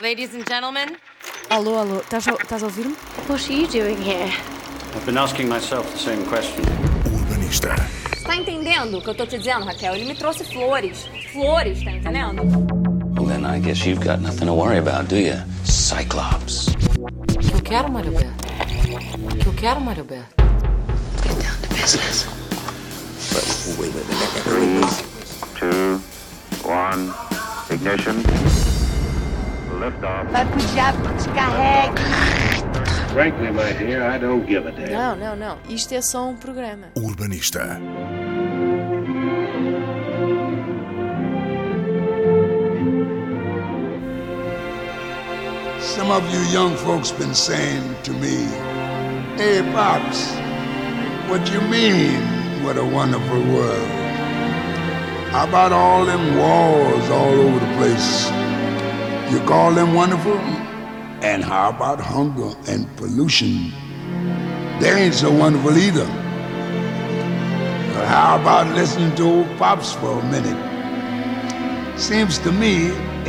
Ladies and gentlemen, Alô, alô, estás a, estás a ouvir-me? What are you doing here? I've been asking myself the same question. O Urbanista. Tá entendendo o que eu tô te dizendo, Raquel? Ele me trouxe flores. Flores, tá entendendo? Well, then I guess you've got nothing to worry about, do you? Cyclops. o que eu quero, Mário Beto? O que eu quero, Mário Beto? Get down to business. two, one, ignition. Liftoff. Frankly, my dear, I don't give a damn. Não, não, não. Isto é só um programa. O Urbanista. Some of you young folks been saying to me, "Hey, pops, what you mean? What a wonderful world! How about all them walls all over the place? You call them wonderful? And how about hunger and pollution? They ain't so wonderful either." But how about listening to old Pops for a minute? Seems to me